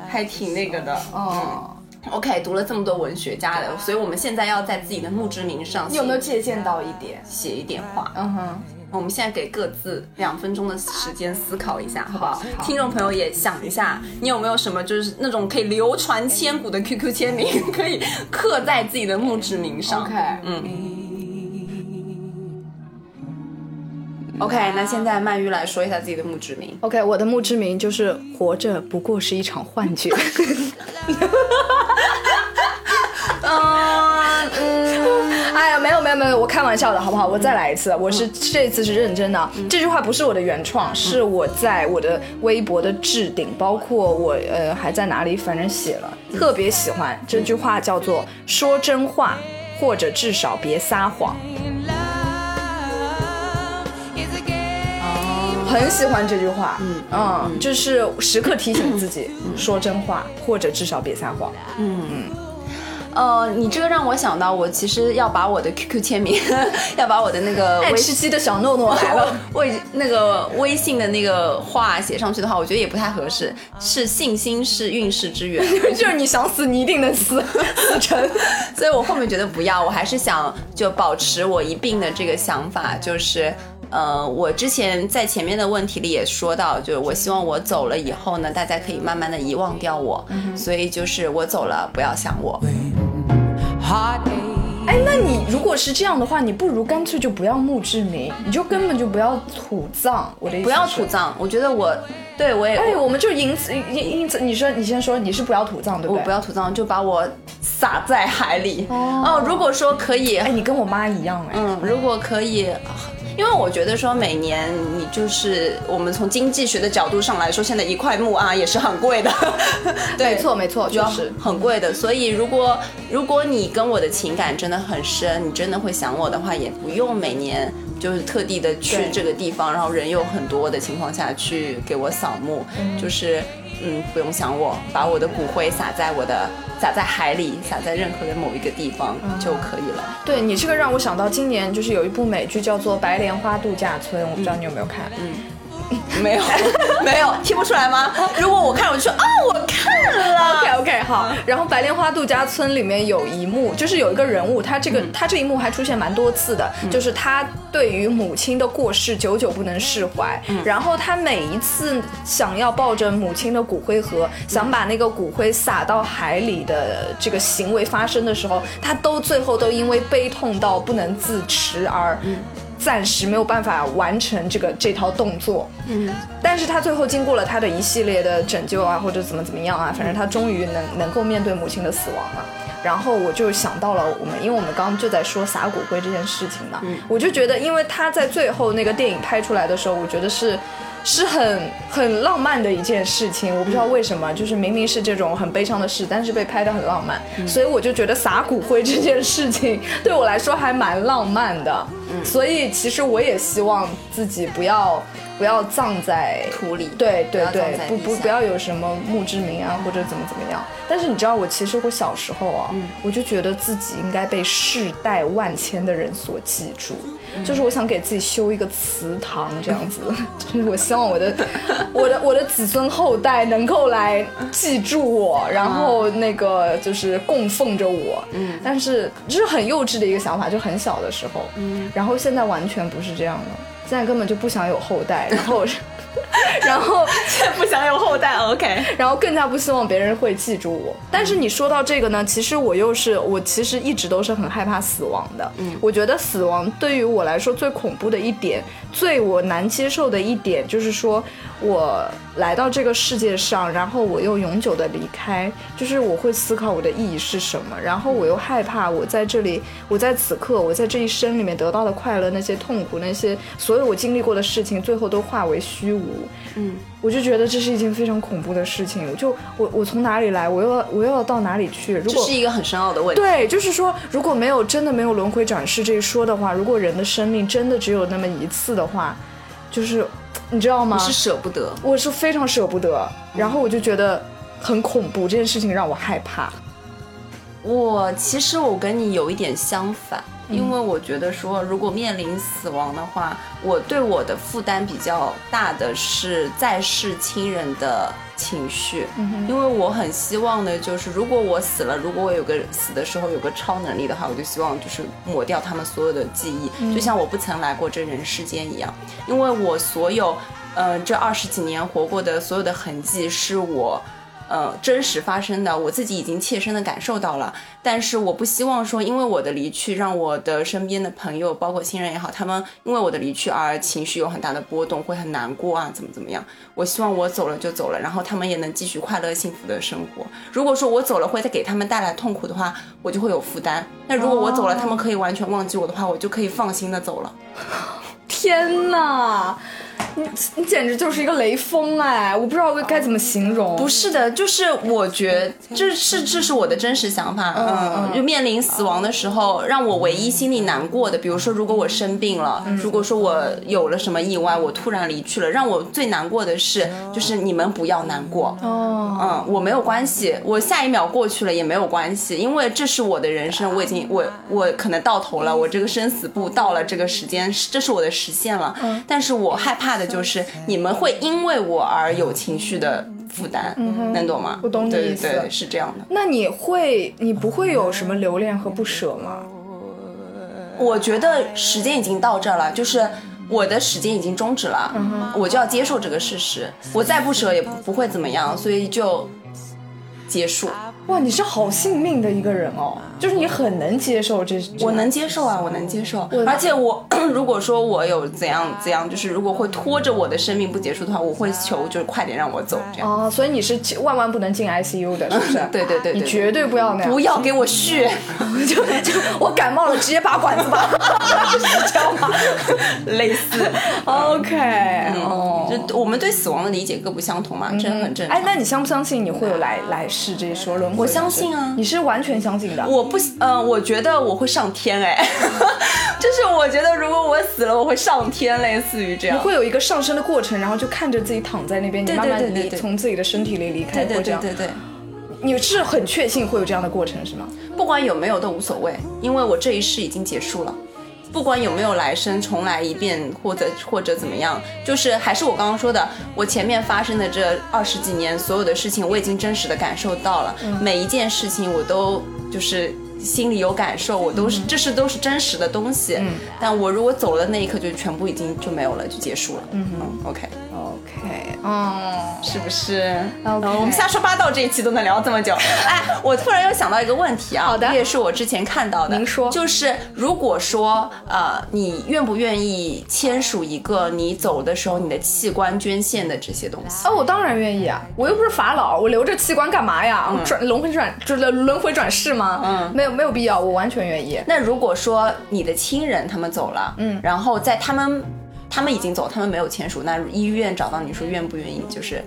S1: 还挺那个的。嗯
S3: 哦，
S1: OK，读了这么多文学家的，所以我们现在要在自己的墓志铭上
S3: 你
S1: 写
S3: 有没有借鉴到一点？
S1: 写一点话。
S3: 嗯哼，
S1: 我们现在给各自两分钟的时间思考一下，好不好
S3: 好？好
S1: 听众朋友也想一下，你有没有什么就是那种可以流传千古的 QQ 签名，可以刻在自己的墓志铭上
S3: OK
S1: 嗯。OK，那现在曼玉来说一下自己的墓志铭。
S3: OK，我的墓志铭就是活着不过是一场幻觉。嗯嗯，哎呀，没有没有没有，我开玩笑的好不好？我再来一次，我是这次是认真的。这句话不是我的原创，是我在我的微博的置顶，包括我呃还在哪里，反正写了。特别喜欢这句话，叫做“说真话，或者至少别撒谎
S5: In love is a game ”。
S3: 很喜欢这句话，哦嗯嗯，就是时刻提醒自己说真话，或者至少别撒谎。
S1: 呃，你这个让我想到，我其实要把我的 QQ 签名， <laughs> 要把我的那个
S3: 爱
S1: 微
S3: 哎吃鸡的小诺诺来了。
S1: 微那个微信的那个话写上去的话，我觉得也不太合适。是信心是运势之 <laughs> 源，
S3: <laughs> 就是你想死，你一定能死， <laughs> 死成。
S1: 所以我后面觉得不要，我还是想就保持我一并的这个想法，就是。呃，我之前在前面的问题里也说到，就是我希望我走了以后呢，大家可以慢慢的遗忘掉我，所以就是我走了，不要想嗯我。
S5: Heartache
S3: 哎，那你如果是这样的话，你不如干脆就不要墓志铭，你就根本就不要土葬。我的意思
S1: 不要
S3: 是
S1: 土。葬，我觉得我对我也、
S3: 哎，我们就因此因因此，你说你先说，你是不要土葬，对不
S1: 我
S3: 对？
S1: 不。要土葬，就把我撒在海里。哦
S3: 哦
S1: 如果说可以，
S3: 哎，你跟我妈一样哎。
S1: 嗯，如果可以，啊因为我觉得说每年你就是我们从经济学的角度上来说，现在一块木啊也是很贵
S3: <laughs>
S1: 的，对，
S3: 没错没错
S1: 就要
S3: 确实
S1: 很贵的。所以如果如果你跟我的情感真的很深，你真的会想我的话，也不用每年就是特地的去
S3: 对
S1: 这个地方，然后人又很多的情况下去给我扫墓，就是嗯不用想我，把我的骨灰撒在我的撒在海里，撒在任何的某一个地方
S3: 嗯
S1: 就可以了。
S3: 对你这个让我想到今年就是有一部美剧叫做《白莲花度假村》，我不知道你有没有看。
S1: 没有， <laughs> 没有，听不出来吗？如果我看，我就说啊，我看了。
S3: OK OK 好，然后《白莲花度假村》里面有一幕，就是有一个人物，他这个、他这一幕还出现蛮多次的，就是他对于母亲的过世久久不能释怀，然后他每一次想要抱着母亲的骨灰盒，想把那个骨灰撒到海里的这个行为发生的时候，他都最后都因为悲痛到不能自持而。暂时没有办法完成这个这套动作，但是他最后经过了他的一系列的拯救啊，或者怎么怎么样啊，反正他终于能能够面对母亲的死亡了。然后我就想到了我们，因为我们刚刚就在说撒骨灰这件事情嘛，我就觉得，因为他在最后那个电影拍出来的时候，我觉得是。是很很浪漫的一件事情，我不知道为什么，就是明明是这种很悲伤的事，但是被拍得很浪漫，所以我就觉得撒骨灰这件事情对我来说还蛮浪漫的，所以其实我也希望自己不要不要葬在
S1: 土里
S3: 对
S1: 不
S3: 对
S1: 要葬
S3: 对
S1: 在，
S3: 不
S1: 地
S3: 不
S1: 下
S3: 不要有什么墓志铭啊或者怎么怎么样。但是你知道，我其实我小时候
S1: 嗯
S3: 啊，我就觉得自己应该被世代万千的人所记住，
S1: 嗯
S3: 就是我想给自己修一个祠堂这样子， <laughs> 就是我希望我的我的我的子孙后代能够来记住我，然
S1: 啊
S3: 后那个就是供奉着我。嗯，但是这是很幼稚的一个想法，就很小的时候。嗯，然后现在完全不是这样了。现在根本就不想有后代，然后 <laughs> 然后
S1: <laughs> 不想有后代，OK？
S3: 然后更加不希望别人会记住我。但是你说到这个呢，其实我又是我其实一直都是很害怕死亡的。嗯，我觉得死亡对于我来说最恐怖的一点，最我难接受的一点就是说我来到这个世界上，然后我又永久的离开，就是我会思考我的意义是什么，然后我又害怕我在这里，我在此刻，我在这一生里面得到的快乐，那些痛苦，那些所有我经历过的事情，最后都化为虚无。我就觉得这是一件非常恐怖的事情。我就我我从哪里来，我又要我又要到哪里去？如
S1: 这
S3: 果
S1: 是一个很深奥的问题。
S3: 对，就是说，如果没有真的没有轮回转世这一说的话，如果人的生命真的只有那么一次的话，就是你知道吗
S1: 你？是嗯舍不得，
S3: 我是非常舍不得，然后我就觉得很恐怖，这件事情让我害怕。
S1: 我其实我跟你有一点相反，因为我觉得说，如果面临死亡的话，我对我的负担比较大的是在世亲人的情绪，因为我很希望呢，就是如果我死了，如果我有个死的时候有个超能力的话，我就希望就是抹掉他们所有的记忆，就像我不曾来过这人世间一样，因为我所有，呃，这二十几年活过的所有的痕迹是我。呃真实发生的，我自己已经切身的感受到了。但是我不希望说，因为我的离去，让我的身边的朋友，包括亲人也好，他们因为我的离去而情绪有很大的波动，会很难过啊，怎么怎么样。我希望我走了就走了，然后他们也能继续快乐幸福的生活。如果说我走了会再给他们带来痛苦的话，我就会有负担。那如果我走了，他们可以完全忘记我的话，我就可以放心的走了。
S3: 天哪，你你简直就是一个雷锋哎！我不知道该怎么形容。
S1: 不是的，就是我觉这是这是我的真实想法，嗯，就面临死亡的时候，让我唯一心里难过的，比如说如果我生病了，如果说我有了什么意外，我突然离去了，让我最难过的是，就是你们不要难过，
S3: 哦，
S1: 嗯，我没有关系，我下一秒过去了也没有关系，因为这是我的人
S3: 啊
S1: 生，我已经我我可能到头
S3: 嗯
S1: 了，我这个生死簿到了这个时间，这是我的实现了。
S3: 嗯
S1: 但是我害怕的就是你们会因为我而有情绪的负担，能懂吗？
S3: 嗯我懂你
S1: 对
S3: 意思
S1: 对对，是这样的。
S3: 那你会你不会有什么留恋和不舍吗？
S1: 我觉得时间已经到这儿了，就是我的时间已经终止了，
S3: 嗯
S1: 我就要接受这个事实，我再不舍也不不会怎么样，所以就结束。
S3: 哇，你是好性命的一个人哦，就是你很能接受这，这
S1: 我能接受啊，我能接受。而且我 <clears throat> 如果说我有怎样怎样，就是如果会拖着我的生命不结束的话，我会求就是快点让我走这样。？
S3: 哦，所以你是万万不能进 ICU 的，是不是
S1: <laughs> 对对对对对
S3: 你绝对不要那样，
S1: 不要给我
S3: <laughs>
S1: 续，
S3: 就就我感冒了，直接拔管子吧， <laughs> 是这样吗
S1: <laughs> 类似。嗯
S3: ？OK，哦。
S1: 就我们对死亡的理解各不相同嘛，这很正常。
S3: 哎，那你相不相信你会有来来世这一说轮回？
S1: 我相信啊
S3: 你是完全相信的。
S1: 我不，呃，我觉得我会上天哎， <laughs> 就是我觉得如果我死了，我会上天，类似于这样
S3: 你。会有一个上升的过程，然后就看着自己躺在那边，你
S1: 对对
S3: 慢慢
S1: 对对
S3: 离
S1: 对
S3: 从自己的身体里离
S1: 对
S3: 开，
S1: 对
S3: 或这
S1: 对
S3: 样
S1: 对对。
S3: 你是很确信会有这样的过程是吗？
S1: 不管有没有都无所谓，因为我这一世已经结束了。不管有没有来生，重来一遍，或者或者怎么样，就是还是我刚刚说的，我前面发生的这二十几年所有的事情，我已经真实的感受到了，每一件事情我都就是心里有感受，我都是、这是都是真实的东西。但我如果走了那一刻，就全部已经就没有了，就结束了。嗯嗯，OK，
S3: OK，嗯，哦
S1: 是不是？
S3: OK
S1: 嗯我们瞎说八道这一期都能聊这么久。哎，我突然又想到一个问题啊，
S3: 好的
S1: 也是我之前看到的。
S3: 您说
S1: 就是如果说呃，你愿不愿意签署一个你走的时候你的器官捐献的这些东西？
S3: 啊，我当然愿意啊！我又不是法老，我留着器官干嘛呀？我转轮回转就是轮回转世吗？嗯，没有没有必要，我完全愿意。
S1: 那如果说你的亲人他们走了，嗯，然后在他们他们已经走，他们没有签署，那医院找到你说愿不愿意就是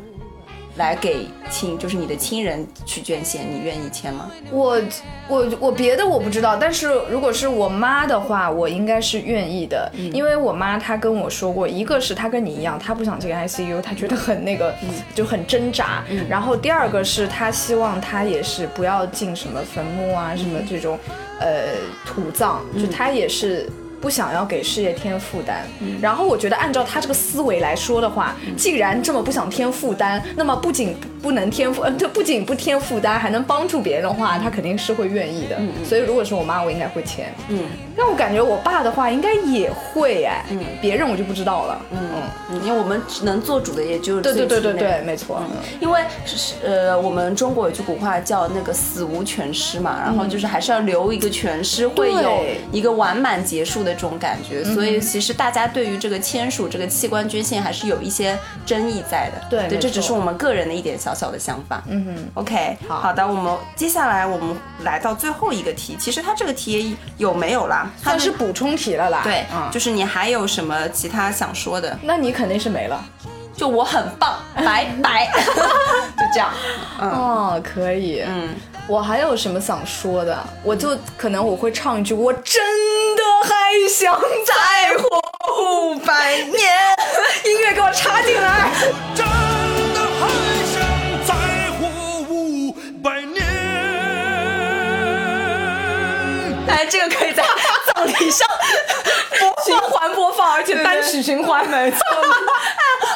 S1: 来给亲就是你的亲人去捐献，你愿意签吗？
S3: 我我我别的我不知道，但是如果是我妈的话，我应该是愿意的，因为我妈她跟我说过，一个是她跟你一样，她不想进 ICU，她觉得很那个，就很挣扎。然后第二个是她希望她也是不要进什么坟墓啊，什么这种，呃，土葬，就她也是。不想要给事业添负担，然后我觉得按照他这个思维来说的话，既然这么不想添负担，那么不仅不能天赋，呃 <laughs> 它不仅不添负担，还能帮助别人的话，他肯定是会愿意的。所以如果是我妈，我应该会签。嗯，但我感觉我爸的话应该也会哎，别人我就不知道了。嗯，
S1: 嗯因为我们只能做主的也就是
S3: 对
S1: 自
S3: 对对
S1: 己
S3: 对
S1: 内
S3: 对，没错。嗯
S1: 因为是是呃，我们中国有句古话叫那个“死无全尸”嘛，然后就是还是要留一个全尸，会有
S3: 对
S1: 一个完满结束的这种感觉。所以其实大家对于这个签署这个器官捐献还是有一些争议在的。
S3: 对
S1: 对，
S3: 没
S1: 这只
S3: 错
S1: 是我们个人的一点小小的想法。
S3: 嗯哼，
S1: OK，
S3: 好
S1: 的，我们接下来我们来到最后一个题，其实它这个题也有没有啦？它
S3: 算
S1: 的
S3: 是补充题了啦。
S1: 对，
S3: 嗯，
S1: 就是你还有什么其他想说的？
S3: 那你肯定是没了，
S1: 就我很棒，拜 <laughs> 拜，就这样。
S3: 哦，可以，
S1: 嗯，
S3: 我还有什么想说的？我就可能我会唱一句，我真的还想再活五 <laughs> 百年，音乐给我插进来。
S4: 真的还想再活五百年。
S1: 哎，这个可以在葬礼上
S3: 循环播放，而且单曲循环，没错。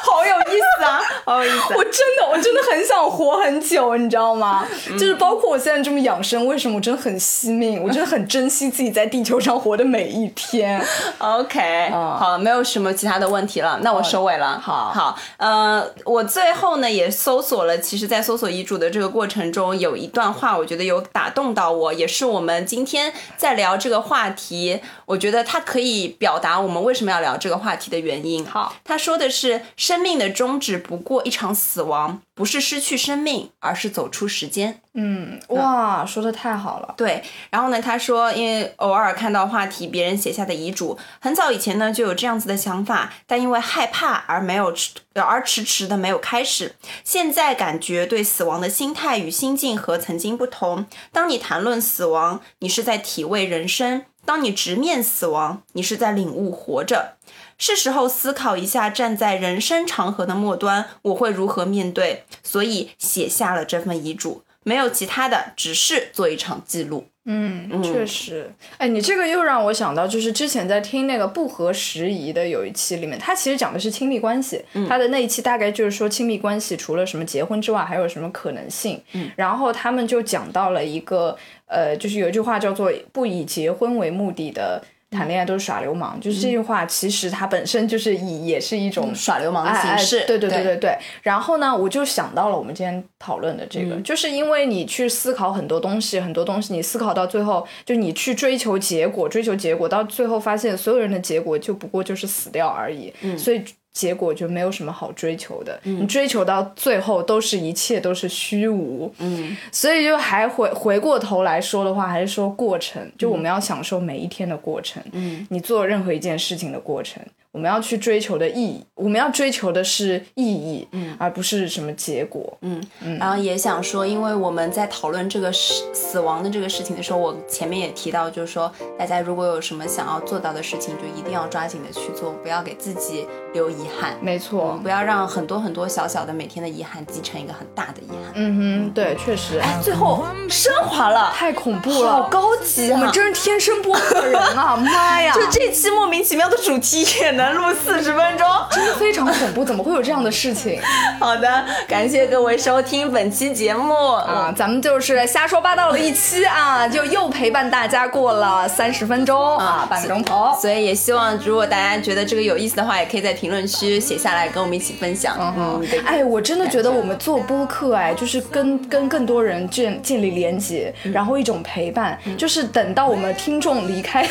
S3: 好有意思啊！
S1: 好有意思啊
S3: 我真的，我真的很想活很久，你知道吗？就是包括我现在这么养生，为什么我真的很惜命？我真的很珍惜自己在地球上活的每一天。
S1: OK，、
S3: 嗯
S1: 好，没有什么其他的问题了，那我收尾了。
S3: 哦好
S1: 好，呃，我最后呢也搜索了，其实，在搜索遗嘱的这个过程中，有一段话，我觉得有打动到我，也是我们今天在聊这个话题，我觉得它可以表达我们为什么要聊这个话题的原因。
S3: 好，
S1: 他说的是，生命的终止不过一场死亡，不是失去生命，而是走出时间。
S3: 嗯，哇，说的太好了。
S1: 对，然后呢，他说，因为偶尔看到话题别人写下的遗嘱，很早以前呢就有这样子的想法，但因为害怕而没有迟，而迟迟的没有开始。现在感觉对死亡的心态与心境和曾经不同。当你谈论死亡，你是在体味人生；当你直面死亡，你是在领悟活着。是时候思考一下，站在人生长河的末端，我会如何面对，所以写下了这份遗嘱。没有其他的，只是做一场记录。
S3: 嗯，确实，哎，你这个又让我想到，就是之前在听那个不合时宜的有一期里面，他其实讲的是亲密关系，他的那一期大概就是说亲密关系除了什么结婚之外，还有什么可能性。
S1: 嗯
S3: 然后他们就讲到了一个，呃，就是有一句话叫做“不以结婚为目的的谈恋爱都是耍流
S1: 嗯
S3: 氓”，就是这句话其实它本身就是以也是一种
S1: 耍流氓的
S3: 哎
S1: 形式，
S3: 哎。对对对对对。然后呢，我就想到了我们今天讨论的这个，
S1: 嗯
S3: 就是因为你去思考很多东西，很多东西你思考到最后，就你去追求结果，追求结果，到最后发现所有人的结果就不过就是死掉而已，
S1: 嗯
S3: 所以。结果就没有什么好追求的，你追求到最后都是一切都是虚无，嗯，所以就还回回过头来说的话，还是说过程，就我们要享受每一天的过程，嗯，你做任何一件事情的过程，我们要去追求的意义，我们要追求的是意义，嗯，而不是什么结果，嗯，
S1: 然后也想说，因为我们在讨论这个事死亡的这个事情的时候，我前面也提到，就是说大家如果有什么想要做到的事情，就一定要抓紧的去做，不要给自己留遗憾，
S3: 没错，
S1: 不要让很多很多小小的每天的遗憾积成一个很大的遗憾。
S3: 嗯哼，对，确实，哎，
S1: 最后升华了，
S3: 太恐怖了，
S1: 好高级
S3: 我
S1: 啊
S3: 们！真是天生播客人啊，妈呀，
S1: 就这期莫名其妙的主题也能录四十分钟。
S3: <laughs> 真的非常恐怖，怎么会有这样的事情
S1: 好的，感谢各位收听本期节目
S3: 啊？咱们就是瞎说八道的一期啊，就又陪伴大家过了三十分钟啊，半个钟头，
S1: 所以也希望，如果大家觉得这个有意思的话，也可以在评论区写下来，跟我们一起分享。嗯，对
S3: 哎，我真的觉得我们做播客，哎，就是跟跟更多人建建立连接，然后一种陪伴，就是等到我们听众离 <laughs> 开。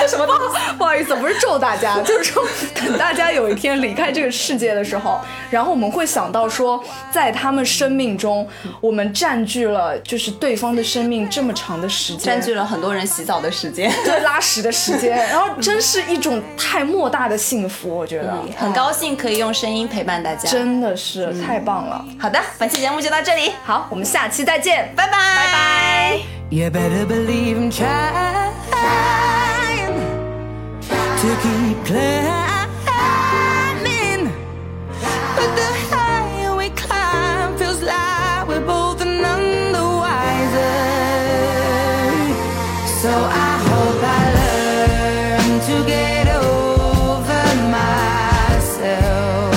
S3: 这什么东西？不好意思，不是咒大家，就是说等大家有一天离开这个世界的时候，然后我们会想到说，在他们生命中，我们占据了就是对方的生命这么长的时间，
S1: 占据了很多人洗澡的时间。
S3: 对拉屎的时间，然后真是一种太莫大的幸福，我觉得、
S1: 很高兴可以用声音陪伴大家。
S3: 真的是太棒了。
S1: 好的，本期节目就到这里，
S3: 好，我们下期再见，拜
S1: 拜拜拜拜。
S6: You better believe I'm trying to keep climbing, but the higher we climb, feels like we're both none the wiser. So I hope I learn to get over myself.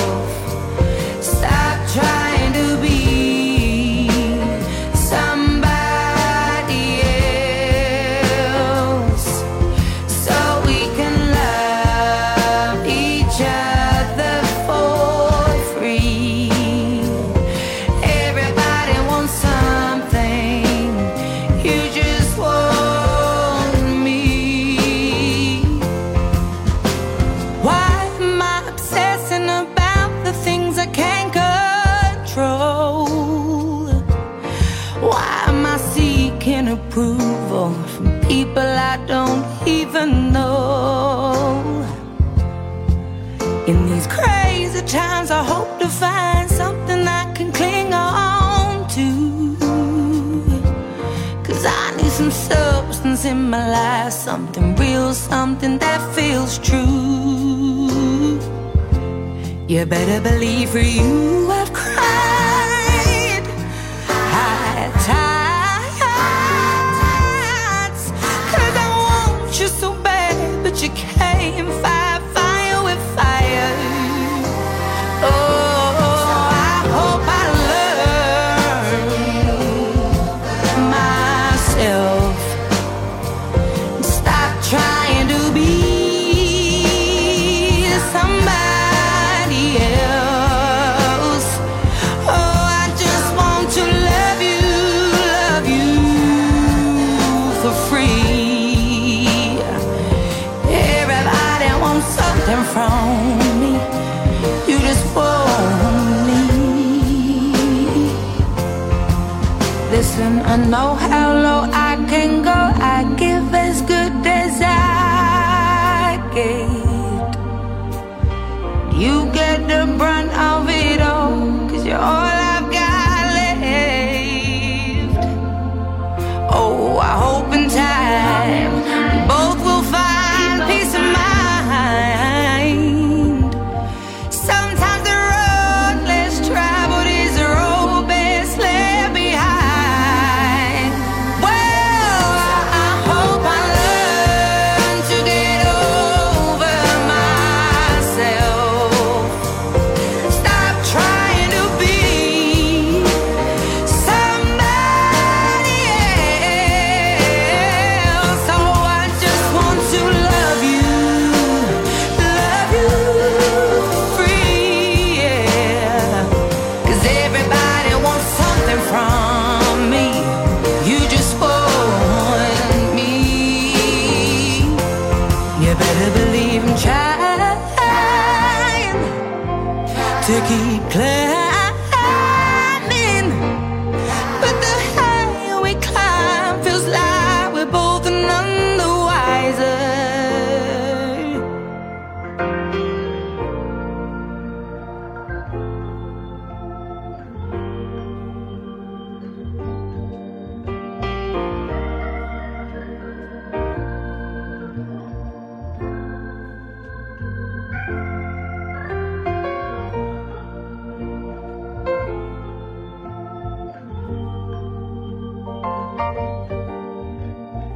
S5: call from people I don't even know. In these crazy times, I hope to find something I can cling on to. Cause I need some substance in my life, something real, something that feels true. You better believe for you I've cried high tides. Cause I want you so bad, but you can't fight fire with fire. Oh, I hope I learn myself. Stop trying to be somebody else. Oh, I just want to love you, love you for free. Everybody wants something from me. You just want me. Listen, I know how low I can go. I give as good as I get. You get the brunt of it all, cause you're all I've got left. Oh, I hope in time both will find peace of mind. Sometimes the road less traveled is the road best left behind. Well, I hope I learn to get over myself. Stop trying to be somebody else. Oh, I just want to love you, love you free, yeah. 'Cause everybody wants something from me. You just want me. You better believe I'm trying to keep climbing. But the higher we climb feels like we're both none the wiser.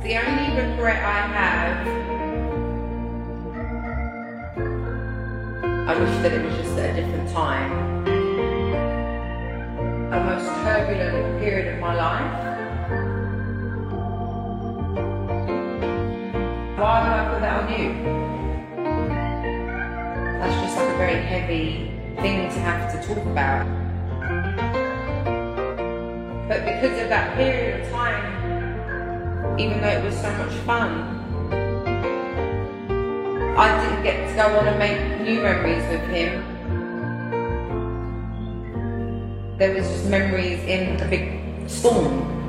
S7: The only regret I have. I wish that it was just at a different time. A most turbulent period of my life. Why would I put that on you? That's just like a very heavy thing to have to talk about. But because of that period of time, even though it was so much fun. I didn't get to go on and make new memories with him. There was just memories in a big storm.